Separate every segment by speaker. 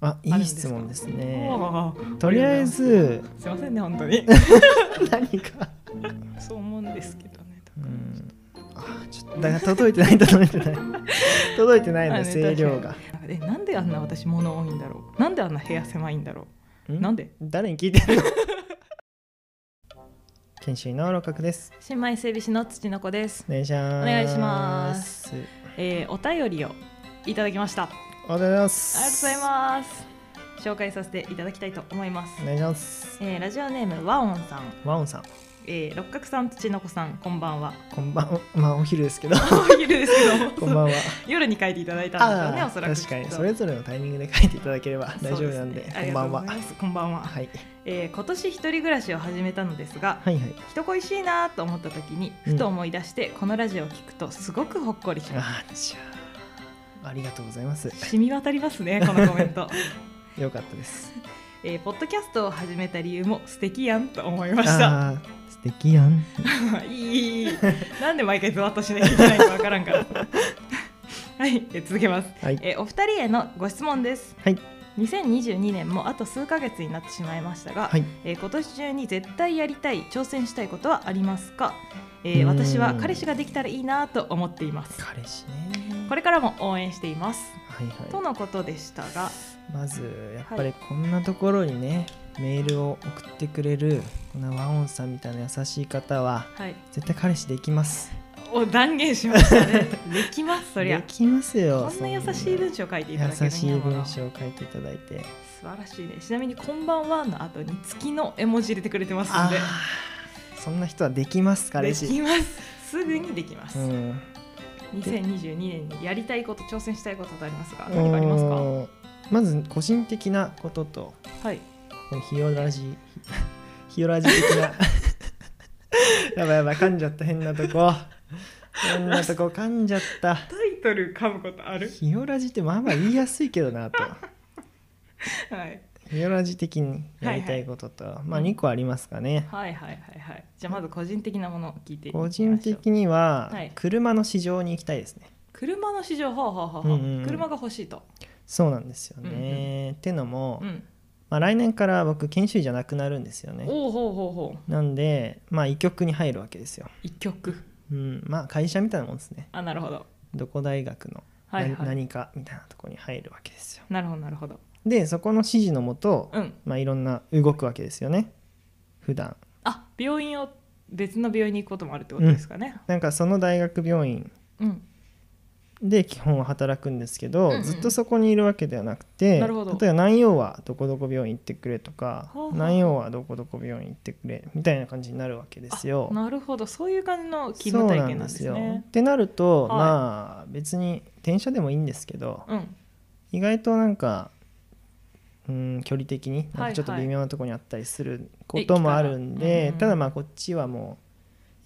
Speaker 1: あい
Speaker 2: あるん
Speaker 1: い
Speaker 2: ですか
Speaker 1: 質問です
Speaker 2: お
Speaker 1: ね
Speaker 2: ー
Speaker 1: とりあえず
Speaker 2: すいませんね本当 に
Speaker 1: 何か
Speaker 2: そう思うんですけどね
Speaker 1: うんあちょっとだから届いてない届いてない 届いてない
Speaker 2: あ
Speaker 1: の
Speaker 2: ね
Speaker 1: 声量が
Speaker 2: えなんであんな私物多いんだろうなんであんな部屋狭いんだろうなんんで
Speaker 1: 誰に聞いてるの 研修医の六角です
Speaker 2: 新米整備士の土の子です、
Speaker 1: お願いします
Speaker 2: お願いしますえー、お便りをいただきました
Speaker 1: お
Speaker 2: あり
Speaker 1: はようございま
Speaker 2: がとうご
Speaker 1: す
Speaker 2: ざいます紹介させていただきたいと思います、
Speaker 1: お願いします
Speaker 2: えー、ラジオネーム和音さん、
Speaker 1: ワオンさん
Speaker 2: えー、六角さん土の子さんこんばんは
Speaker 1: こんばんまあお昼 ですけど
Speaker 2: お昼ですけど
Speaker 1: こんばんは
Speaker 2: 夜に書いていただいたんでしょうねお
Speaker 1: あ
Speaker 2: そ
Speaker 1: ー
Speaker 2: らく
Speaker 1: 確かに
Speaker 2: きっと
Speaker 1: それぞれのタイミングで書いていただければ大丈夫なんで
Speaker 2: そうすねあ
Speaker 1: こ
Speaker 2: り
Speaker 1: ん
Speaker 2: が
Speaker 1: ば
Speaker 2: とうん
Speaker 1: は
Speaker 2: ございますこんばんは、
Speaker 1: はい
Speaker 2: えー今年一人暮らしを始めたのですが
Speaker 1: はいはい
Speaker 2: 人恋しいなと思った時にふと思い出して、このラジオを聞くとすごくほっこりします
Speaker 1: あーじゃあありがとうございます
Speaker 2: 染み渡りま すねこのコメント、
Speaker 1: よかったです
Speaker 2: えーポッドキャストを始めた理由も素敵やんと思いました
Speaker 1: あー素敵やん
Speaker 2: いいいいいいなんで毎回ゾワッとしなきゃいけないかわからんから はい、えー続けます、
Speaker 1: はい
Speaker 2: えーお二人へのご質問です
Speaker 1: はい
Speaker 2: 2022年もあと数ヶ月になってしまいましたが、
Speaker 1: はい
Speaker 2: えー今年中に絶対やりたい挑戦したいことはありますか、えー
Speaker 1: うん
Speaker 2: 私は彼氏ができたらいいなと思っています
Speaker 1: 彼氏ね
Speaker 2: これからも応援しています
Speaker 1: はいはい
Speaker 2: とのことでしたが
Speaker 1: まずやっぱりこんなところにね、メールを送ってくれるこの和音さんみたいな優しい方は
Speaker 2: はい
Speaker 1: 絶対彼氏できます
Speaker 2: お断言しました ねできますそりゃ
Speaker 1: できますよ
Speaker 2: こんな優しい文章を書いていただける
Speaker 1: 優しい
Speaker 2: んやも
Speaker 1: 文
Speaker 2: の
Speaker 1: 章を書いていただいて
Speaker 2: 素晴らしいねちなみに「こんばんは」の後に月の絵文字入れてくれてますので
Speaker 1: ーそんな人はできます彼
Speaker 2: でき
Speaker 1: 氏
Speaker 2: ますすぐにできます、
Speaker 1: うん
Speaker 2: 2022年にやりたいこと挑戦したいこととありますが何かありますか
Speaker 1: うんまず個人的なことと
Speaker 2: はい
Speaker 1: このヒオラジ ヒオラジ的な やばいやばい噛んじゃった変なとこ変なとこ噛んじゃった
Speaker 2: タイトル噛むことある
Speaker 1: ヒオラジってまあまあ言いやすいけどなと
Speaker 2: はい
Speaker 1: ヒオラジ的にやりたいことと、まあ2個ありますかね、
Speaker 2: はいはいはいはいじゃあまず個人的なものを聞いていきましょう
Speaker 1: 個人的には
Speaker 2: はい
Speaker 1: 車の市場に行きたいですね、
Speaker 2: 車の市場ほうほうほうほう
Speaker 1: うんうんうん
Speaker 2: 車が欲しいと
Speaker 1: そうなんですよね、ってのも、
Speaker 2: うん
Speaker 1: まあ、来年から僕研修医じゃなくなるんですよね
Speaker 2: おうほうほうほう
Speaker 1: なんでまあ医局に入るわけですよ、
Speaker 2: 一曲
Speaker 1: うん、まあ会社みたいなもんですね
Speaker 2: あなるほど
Speaker 1: どこ大学の
Speaker 2: は
Speaker 1: 何,、
Speaker 2: いはい
Speaker 1: 何かみたいなところに入るわけですよ
Speaker 2: なるほどなるほど
Speaker 1: でそこの指示のもと、
Speaker 2: うん
Speaker 1: まあ、いろんな動くわけですよね普段
Speaker 2: あ病院を別の病院に行くこともあるってことですかね
Speaker 1: なんかその大学病院
Speaker 2: うん
Speaker 1: で基本は働くんですけど、
Speaker 2: うんうん
Speaker 1: ずっとそこにいるわけではなくて
Speaker 2: なるほど
Speaker 1: 例えば南陽はどこどこ病院行ってくれとか
Speaker 2: ほうほう
Speaker 1: 南陽はどこどこ病院行ってくれみたいな感じになるわけですよ
Speaker 2: あ。なるほどそういう感じの勤務体験なんです
Speaker 1: そうなん
Speaker 2: ね
Speaker 1: ってなると、
Speaker 2: はい
Speaker 1: まあ別に電車でもいいんですけど
Speaker 2: うん
Speaker 1: 意外となんかうん距離的になん
Speaker 2: はいは
Speaker 1: か
Speaker 2: い
Speaker 1: ちょっと微妙なとこにあったりすることもあるんで、
Speaker 2: 駅からうんうん
Speaker 1: ただまあこっちはも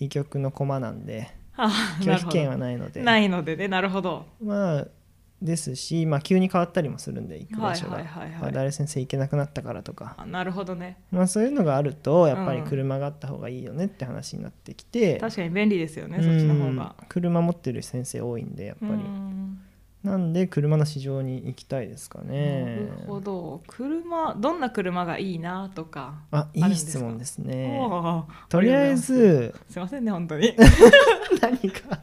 Speaker 1: う医局の駒なんで
Speaker 2: あ
Speaker 1: 拒
Speaker 2: なる
Speaker 1: 否
Speaker 2: ほ
Speaker 1: 権
Speaker 2: ど
Speaker 1: はないので
Speaker 2: ないのでねなるほど
Speaker 1: まあですし、まあ、急に変わったりもするんで行く場所が、
Speaker 2: はいはいはいはい
Speaker 1: まあ誰先生行けなくなったからとか、
Speaker 2: あなるほどね
Speaker 1: まあ、そういうのがあるとやっぱり
Speaker 2: うん
Speaker 1: 車があった方がいいよねって話になってきて、
Speaker 2: 確かに便利ですよね
Speaker 1: うん
Speaker 2: そっちの方が
Speaker 1: 車持ってる先生多いんでやっぱり、
Speaker 2: うん
Speaker 1: なんで車の市場に行きたいですか
Speaker 2: な
Speaker 1: ね
Speaker 2: るほど車どんな車がいいなとか、
Speaker 1: あ
Speaker 2: あるん
Speaker 1: いい
Speaker 2: ですか
Speaker 1: 質問です
Speaker 2: お
Speaker 1: ね
Speaker 2: ー
Speaker 1: とりあえず
Speaker 2: すいませんね本当に、
Speaker 1: 何か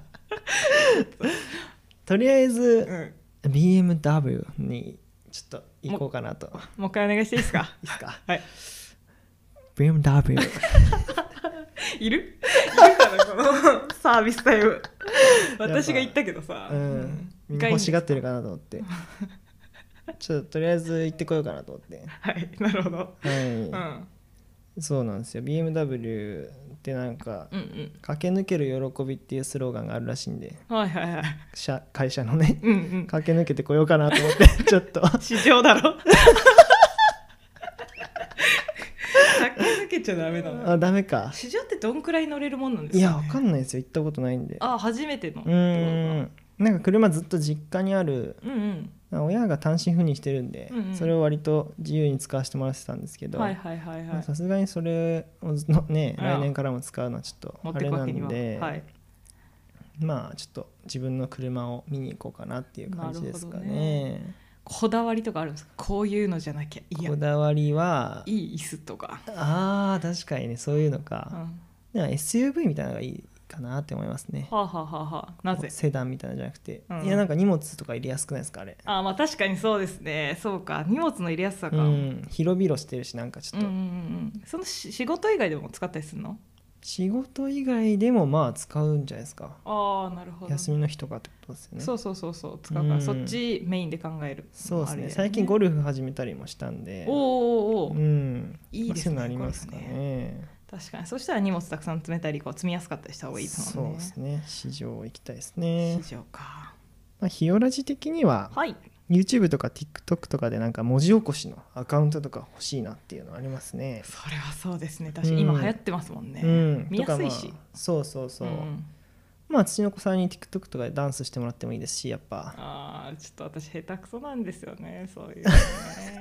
Speaker 1: とりあえ
Speaker 2: う
Speaker 1: ず
Speaker 2: ん
Speaker 1: BMW にちょっと行こうかなとい
Speaker 2: もう一回お願いしていいですか
Speaker 1: いですか
Speaker 2: はい
Speaker 1: BMW
Speaker 2: いるいるかなこのサービスタイム私が言ったけど さ、
Speaker 1: うん、みんな欲しがってるかなと思ってちょっととりあえず行ってこようかなと思って
Speaker 2: はいなるほど、うん、う
Speaker 1: は
Speaker 2: ん
Speaker 1: いそうなんですよ BMW ってなんか
Speaker 2: うん
Speaker 1: 駆け抜ける喜びっていうスローガンがあるらしいんで
Speaker 2: はいはいはい
Speaker 1: 社会社のね
Speaker 2: うんうん
Speaker 1: 駆け抜けてこようかなと思ってちょっ と
Speaker 2: 市場だろ駆け抜けちゃダメなの
Speaker 1: あダメか
Speaker 2: 市場ってどんくらい乗れるもんなんです
Speaker 1: い
Speaker 2: か、ね、
Speaker 1: やわかんないですよ行ったことないんで
Speaker 2: あ初めての
Speaker 1: うーんなんか車ずっと実家にある
Speaker 2: うんうん
Speaker 1: 親が単身赴任してるんで、
Speaker 2: うんうん
Speaker 1: それを割と自由に使わせてもらってたんですけど、
Speaker 2: はいはいはい
Speaker 1: ま
Speaker 2: は
Speaker 1: あ
Speaker 2: い
Speaker 1: さすがにそれをずっとね
Speaker 2: あら
Speaker 1: 来年からも使うのはちょっ
Speaker 2: 持
Speaker 1: と
Speaker 2: っ
Speaker 1: あ
Speaker 2: て
Speaker 1: れ
Speaker 2: く
Speaker 1: な
Speaker 2: わけに
Speaker 1: ん
Speaker 2: は
Speaker 1: で、
Speaker 2: はい
Speaker 1: まあちょっと自分の車を見に行こうかなっていう感じですかね。
Speaker 2: こだわりとかあるんですかこういうのじゃなきゃいや
Speaker 1: こだわりはい
Speaker 2: い椅子とか、
Speaker 1: あー確かにねそういうの
Speaker 2: うん、
Speaker 1: か,、か
Speaker 2: は
Speaker 1: SUV みたいなのがいいかなって思いますね
Speaker 2: あ、はあはあはあなぜ
Speaker 1: セダンみたいなのじゃなくて、
Speaker 2: うん
Speaker 1: いやなんか荷物とか入れやすくないですかあれ
Speaker 2: あまあ確かにそうですねそうか荷物の入れやすさ
Speaker 1: う
Speaker 2: か、うん
Speaker 1: ん広々してるしなんかち
Speaker 2: う
Speaker 1: ょっ
Speaker 2: ん
Speaker 1: と、
Speaker 2: うん、そのし仕事以外でも使ったりするの
Speaker 1: 仕事以外でもまあ使うんじゃないですか
Speaker 2: ああなるほど
Speaker 1: 休みの日とかってことですよね
Speaker 2: そうそうそうそう使うから、
Speaker 1: うん
Speaker 2: そっちメインで考える
Speaker 1: そうですね
Speaker 2: あれ
Speaker 1: 最近ゴルフ始めたりもしたんで
Speaker 2: おーおーおー、
Speaker 1: うん
Speaker 2: いいで
Speaker 1: まあそ
Speaker 2: すね
Speaker 1: ううのありますか
Speaker 2: ゴルフ
Speaker 1: ね
Speaker 2: 確かにそしたら荷物たくさん詰めたりこう積みやすかったりした方がいいですも
Speaker 1: そうんで
Speaker 2: ね
Speaker 1: すね市場行きたいですね
Speaker 2: 市場か
Speaker 1: まあ日オラジ的には
Speaker 2: はい
Speaker 1: YouTube とか TikTok とかでなんか文字起こしのアカウントとか欲しいなっていうのありますね
Speaker 2: それはそうですね確かに今流行ってますもんね、
Speaker 1: うん
Speaker 2: 見やすい
Speaker 1: と
Speaker 2: し、
Speaker 1: かまあそうそうそう、
Speaker 2: ん
Speaker 1: まあ土の子さんに TikTok とかでダンスしてもらってもいいですしやっぱ
Speaker 2: あーちょっと私下手くそなんですよ ねそういうの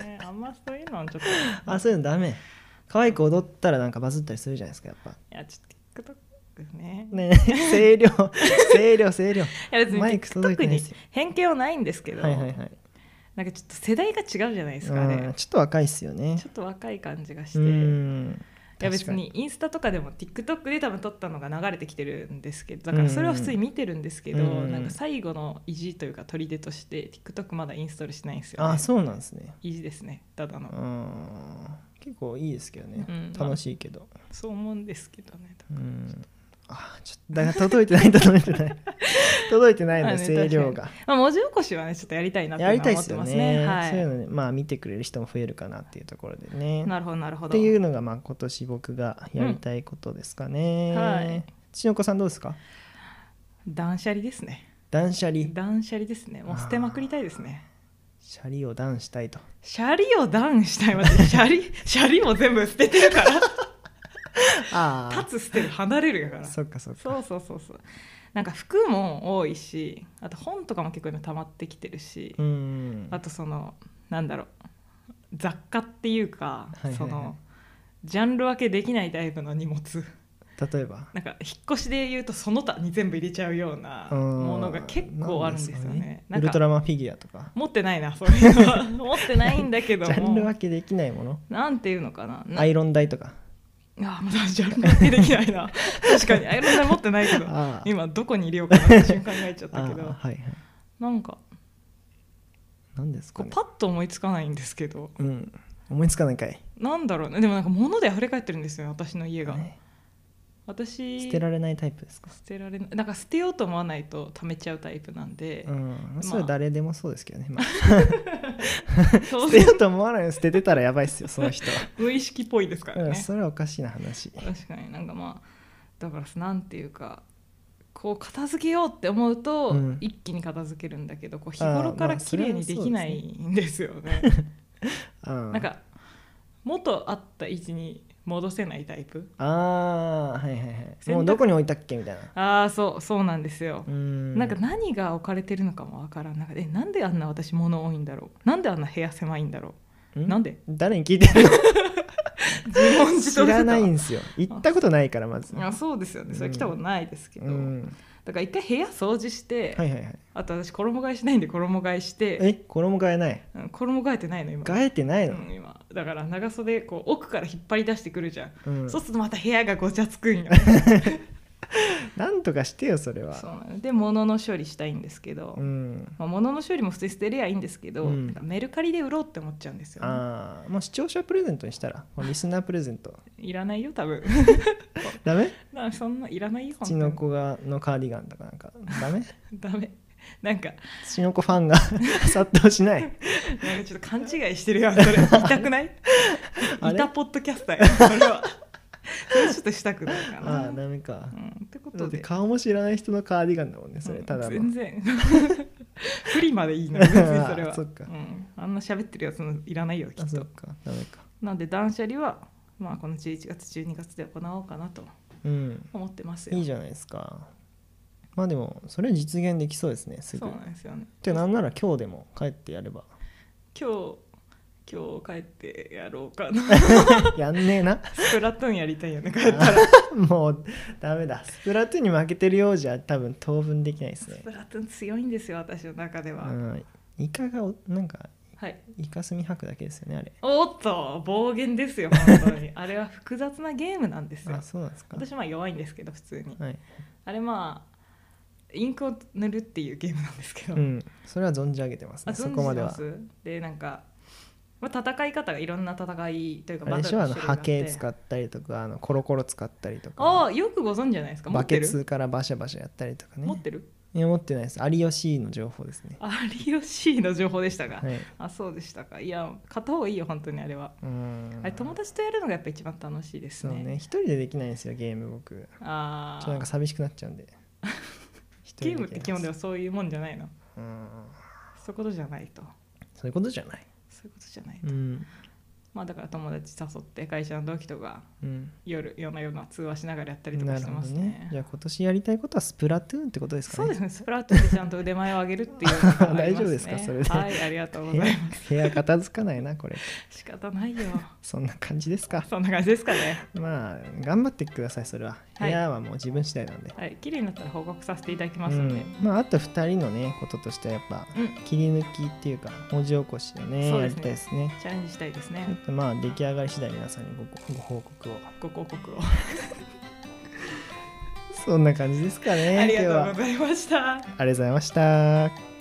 Speaker 2: ねあんまそういうのちょっと
Speaker 1: あそういうのダメ可愛く踊ったらなんかバズったりするじゃないですかやっぱ
Speaker 2: いやちょっと TikTok ね
Speaker 1: ね声量声量声 量
Speaker 2: いや別に
Speaker 1: マイク届いて
Speaker 2: TikTok
Speaker 1: ない
Speaker 2: に
Speaker 1: ですよ
Speaker 2: 偏見はないんですけど、
Speaker 1: はいはいはい
Speaker 2: なんかちょっと世代が違うじゃないですか
Speaker 1: うん
Speaker 2: ね
Speaker 1: ちょっと若いっすよね
Speaker 2: ちょっと若い感じがし
Speaker 1: う
Speaker 2: て、い
Speaker 1: ん
Speaker 2: や
Speaker 1: 確
Speaker 2: 別
Speaker 1: か
Speaker 2: にインスタとかでも TikTok で多分撮ったのが流れてきてるんですけどだからそれは普通に見てるんですけど、
Speaker 1: うん
Speaker 2: なんか最後の意地というか砦として TikTok まだインストールしてないんですよ、ね、
Speaker 1: あそうなんですね
Speaker 2: 意地ですねただの
Speaker 1: うん結構いいですけどね、
Speaker 2: うん
Speaker 1: 楽しいけど、
Speaker 2: そう思うんですけどね
Speaker 1: うんあちょっとだから届いてない届いて ない届いてないの、
Speaker 2: まあね
Speaker 1: 声量が
Speaker 2: まあ、文字起こしはねちょっとやりたいなって
Speaker 1: やり
Speaker 2: 今
Speaker 1: たい
Speaker 2: 思
Speaker 1: で
Speaker 2: っ
Speaker 1: す
Speaker 2: て
Speaker 1: よ
Speaker 2: ます
Speaker 1: ね
Speaker 2: ね。
Speaker 1: そういう
Speaker 2: は
Speaker 1: のねまあ見てくれる人も増えるかなっていうところでね
Speaker 2: い。なるほどなるほ
Speaker 1: っ
Speaker 2: ど。
Speaker 1: ていうのがまあ今年僕がやりたいことですかね、
Speaker 2: うんはい
Speaker 1: ちのこさんどうですか
Speaker 2: 断捨離ですね。
Speaker 1: 断捨離
Speaker 2: 断捨離ですね。もう捨てまくりたいですね。
Speaker 1: シャリを断したいと
Speaker 2: シャリを断したいまでシ ャリシャリも全部捨ててるから。
Speaker 1: ああ
Speaker 2: 立つ捨てる離れるやから。そ
Speaker 1: そうっかそっか
Speaker 2: そうそうそうなんか服も多いし、あと本とかも結構今溜まってきてるし、
Speaker 1: うん
Speaker 2: あとそのなんだろう雑貨っていうか、
Speaker 1: はいはいはい
Speaker 2: そのジャンル分けできないタイプの荷物。
Speaker 1: 例えば
Speaker 2: なんか引っ越しで言うとその他に全部入れちゃうような
Speaker 1: うん
Speaker 2: ものが結構あるんですよ
Speaker 1: なん
Speaker 2: ね。
Speaker 1: か
Speaker 2: な
Speaker 1: ウ
Speaker 2: ん
Speaker 1: ルト
Speaker 2: か
Speaker 1: ラマンフィギュアとか
Speaker 2: 持ってないなそういうのは 持ってないんだけ
Speaker 1: ジ
Speaker 2: ど
Speaker 1: ャンル
Speaker 2: も
Speaker 1: 分けできないもの
Speaker 2: なんていうのかなな
Speaker 1: アイロン台とか
Speaker 2: あまだジャンル分けできな いな確かにアイロン台持ってないけど
Speaker 1: あー
Speaker 2: 今どこに入れようかなって一瞬考えちゃっ
Speaker 1: あ
Speaker 2: たけ
Speaker 1: ー
Speaker 2: ど
Speaker 1: はいはい
Speaker 2: なんか
Speaker 1: 何です
Speaker 2: こ
Speaker 1: か
Speaker 2: う
Speaker 1: ね
Speaker 2: パッと思いつかないんですけど
Speaker 1: うん思いつかないかい
Speaker 2: なんだろうねでもなんか物であふれ返ってるんですよね私の家が
Speaker 1: ね
Speaker 2: 私
Speaker 1: 捨てられないタイプですか
Speaker 2: 捨てられないなんか捨てようと思わないと溜めちゃうタイプなんで
Speaker 1: う、んそれは誰でもそうですけどね、まあ、
Speaker 2: そ
Speaker 1: 捨
Speaker 2: う
Speaker 1: てようと思わないの捨ててたらやばいっすよその人は、
Speaker 2: 無意識っぽいですから
Speaker 1: うん、
Speaker 2: ね
Speaker 1: それはおかしいな話
Speaker 2: 確かになんかまあだからなんていうかこう片付けようって思うと、
Speaker 1: うん
Speaker 2: 一気に片付けるんだけどこう日
Speaker 1: あー
Speaker 2: 頃か
Speaker 1: ま
Speaker 2: ら
Speaker 1: あそ
Speaker 2: 綺
Speaker 1: れは
Speaker 2: 麗にできないんですよ ね。
Speaker 1: うん
Speaker 2: なんか元あった位置に戻せないタイプ
Speaker 1: ああーはいはいはい
Speaker 2: 洗濯
Speaker 1: もうどこに置いたっけみたいな
Speaker 2: ああそうそうなんですよ
Speaker 1: う。ん
Speaker 2: なんか何が置かれてるのかもわからんなんかえなんであんな私物多いんだろうなんであんな部屋狭いんだろなんで
Speaker 1: 誰に聞いてるの
Speaker 2: う自問自答
Speaker 1: 知
Speaker 2: してた
Speaker 1: らないんですよ行ったことないからまず
Speaker 2: あそうですよねそれ来たことないですけど、
Speaker 1: うん
Speaker 2: だから一回部屋掃除して、
Speaker 1: はいはいはい
Speaker 2: あと私衣替えしないんで衣替えして
Speaker 1: え衣替えない
Speaker 2: うん衣替えてないの今
Speaker 1: 替えてないの
Speaker 2: うん、今だから長袖こう奥から引っ張り出してくるじゃん、
Speaker 1: うん
Speaker 2: そうするとまた部屋がごちゃつくんよ
Speaker 1: なんとかしてよ それ
Speaker 2: そう
Speaker 1: は
Speaker 2: なので物の処理したいんですけど、
Speaker 1: うん
Speaker 2: まあ、物の処理も普通に捨てりゃいいんですけど、
Speaker 1: うん
Speaker 2: なんかメルカリで売ろうって思っちゃうんですよ、ね、
Speaker 1: ああもう視聴者プレゼントにしたらもうリスナープレゼン ト
Speaker 2: いらないよ 多分
Speaker 1: ダメ
Speaker 2: なんかそんないらないよ
Speaker 1: うちの子がのカーディガンとかなんかダメ
Speaker 2: ダメなんか
Speaker 1: うちの子ファンが 殺到しない
Speaker 2: なんかちょっと勘違いしてるやんそ れ痛くない
Speaker 1: あれ
Speaker 2: 痛ポッドキャスターやそれは それちょっとしたくないかな
Speaker 1: ああダメか
Speaker 2: うん、ってこ
Speaker 1: だっ
Speaker 2: と
Speaker 1: て
Speaker 2: で
Speaker 1: 顔も知らない人のカーディガンだもんねそれただ
Speaker 2: うん
Speaker 1: の
Speaker 2: 全然 フリまでいいの別にそれ
Speaker 1: あ
Speaker 2: は
Speaker 1: そっか
Speaker 2: うん、あんな喋ってるやつのいらないよき
Speaker 1: あ
Speaker 2: っ
Speaker 1: そっ
Speaker 2: と
Speaker 1: かダメか
Speaker 2: なんで断捨離はまあこの11月12月で行おうかなと
Speaker 1: うん
Speaker 2: 思ってますよ
Speaker 1: いいじゃないですかまあでもそれ実現できそうですねすぐ
Speaker 2: そうな
Speaker 1: っ
Speaker 2: んですよね
Speaker 1: てなんなら今日でも帰ってやれ ば
Speaker 2: 今日今日帰ってやろう かな
Speaker 1: やんねえな
Speaker 2: スプラトゥーンやりたいよね帰ったら
Speaker 1: もうダメだスプラトゥーンに負けてるようじゃ多分当分できないです
Speaker 2: ス
Speaker 1: ね
Speaker 2: プラトゥーン強いんですよ私の中では、
Speaker 1: うんイカがおなんか
Speaker 2: はい
Speaker 1: イカスミ吐くだけですよねあれ
Speaker 2: おっと暴言ですよ本 当にあれは複雑なゲームなんですよ
Speaker 1: あそうなんですか
Speaker 2: 私まあ弱いんですけど普通に
Speaker 1: はい
Speaker 2: あれまあインクを塗るっていうゲームなんですけど、
Speaker 1: うんそれは存じ上げてます
Speaker 2: あ
Speaker 1: ね
Speaker 2: 存じ
Speaker 1: そこまでは
Speaker 2: てますでなんか、まあ、戦い方がいろんな戦いというか
Speaker 1: あれでしょ
Speaker 2: バ
Speaker 1: あ
Speaker 2: ト
Speaker 1: の
Speaker 2: ルの種類
Speaker 1: 波
Speaker 2: があって
Speaker 1: 形使ったりとかあのコロコロ使ったりと
Speaker 2: あ
Speaker 1: か
Speaker 2: あよくご存知じゃないですか持
Speaker 1: バ
Speaker 2: って
Speaker 1: ケ
Speaker 2: る
Speaker 1: ツからバシャバシャやったりとかね
Speaker 2: 持ってる
Speaker 1: いや持ってないです有吉の情報ですね
Speaker 2: 有吉の情報でしたが、
Speaker 1: はい
Speaker 2: あそうでしたかいや買った方がいいよ本当にあれは、
Speaker 1: うーん
Speaker 2: あれ友達とやるのがやっぱ一番楽しいです
Speaker 1: そう
Speaker 2: ね
Speaker 1: ね一人でできないんですよゲーム僕ちょ
Speaker 2: あ
Speaker 1: っとなんか
Speaker 2: あ
Speaker 1: 寂しくなっちゃうんで一人
Speaker 2: ゲ
Speaker 1: で
Speaker 2: ームっ
Speaker 1: で
Speaker 2: て
Speaker 1: き
Speaker 2: 基
Speaker 1: ない
Speaker 2: 本
Speaker 1: ん
Speaker 2: ですはそういうもんじゃないの
Speaker 1: うーん
Speaker 2: そういうことじゃないと
Speaker 1: そういうことじゃない
Speaker 2: そういうことじゃない、
Speaker 1: うん
Speaker 2: まあだから友達誘って会社の同期とか
Speaker 1: うん
Speaker 2: 夜夜な夜な通話しながらやったりと
Speaker 1: な
Speaker 2: か
Speaker 1: る
Speaker 2: して
Speaker 1: ほ
Speaker 2: ま
Speaker 1: ど
Speaker 2: す
Speaker 1: ね
Speaker 2: ね
Speaker 1: じゃあ今年やりたいことはスプラトゥーンってことですか
Speaker 2: そう
Speaker 1: ね
Speaker 2: ですねスプラウトでちゃんと腕前を上げるっていうのが ありま
Speaker 1: 大丈夫ですかそれで
Speaker 2: はいありがとうご
Speaker 1: 部
Speaker 2: ざ
Speaker 1: 屋
Speaker 2: いま
Speaker 1: 部屋片付かないなこれ
Speaker 2: す仕方ないよ
Speaker 1: そんな感じですか
Speaker 2: そんな感じですかね
Speaker 1: まあ頑張ってくださいそれは
Speaker 2: は
Speaker 1: 部
Speaker 2: い
Speaker 1: 屋はもう自分次第なんで、
Speaker 2: はい綺麗になったら報告させていただきま
Speaker 1: う
Speaker 2: すので、
Speaker 1: ん、まああと2人のねこととしてはやっぱ、
Speaker 2: うん
Speaker 1: 切り抜きっていうか文字起こしをね
Speaker 2: そう
Speaker 1: やり
Speaker 2: ですね
Speaker 1: たいですね
Speaker 2: チャレンジしたいです
Speaker 1: ちょ
Speaker 2: ね
Speaker 1: っとまあ出来上がり次第皆さんにごご報告を
Speaker 2: ご報告を
Speaker 1: そんな感じですかね
Speaker 2: ありが
Speaker 1: 今日
Speaker 2: とう
Speaker 1: は
Speaker 2: ございました。
Speaker 1: ありがとうございました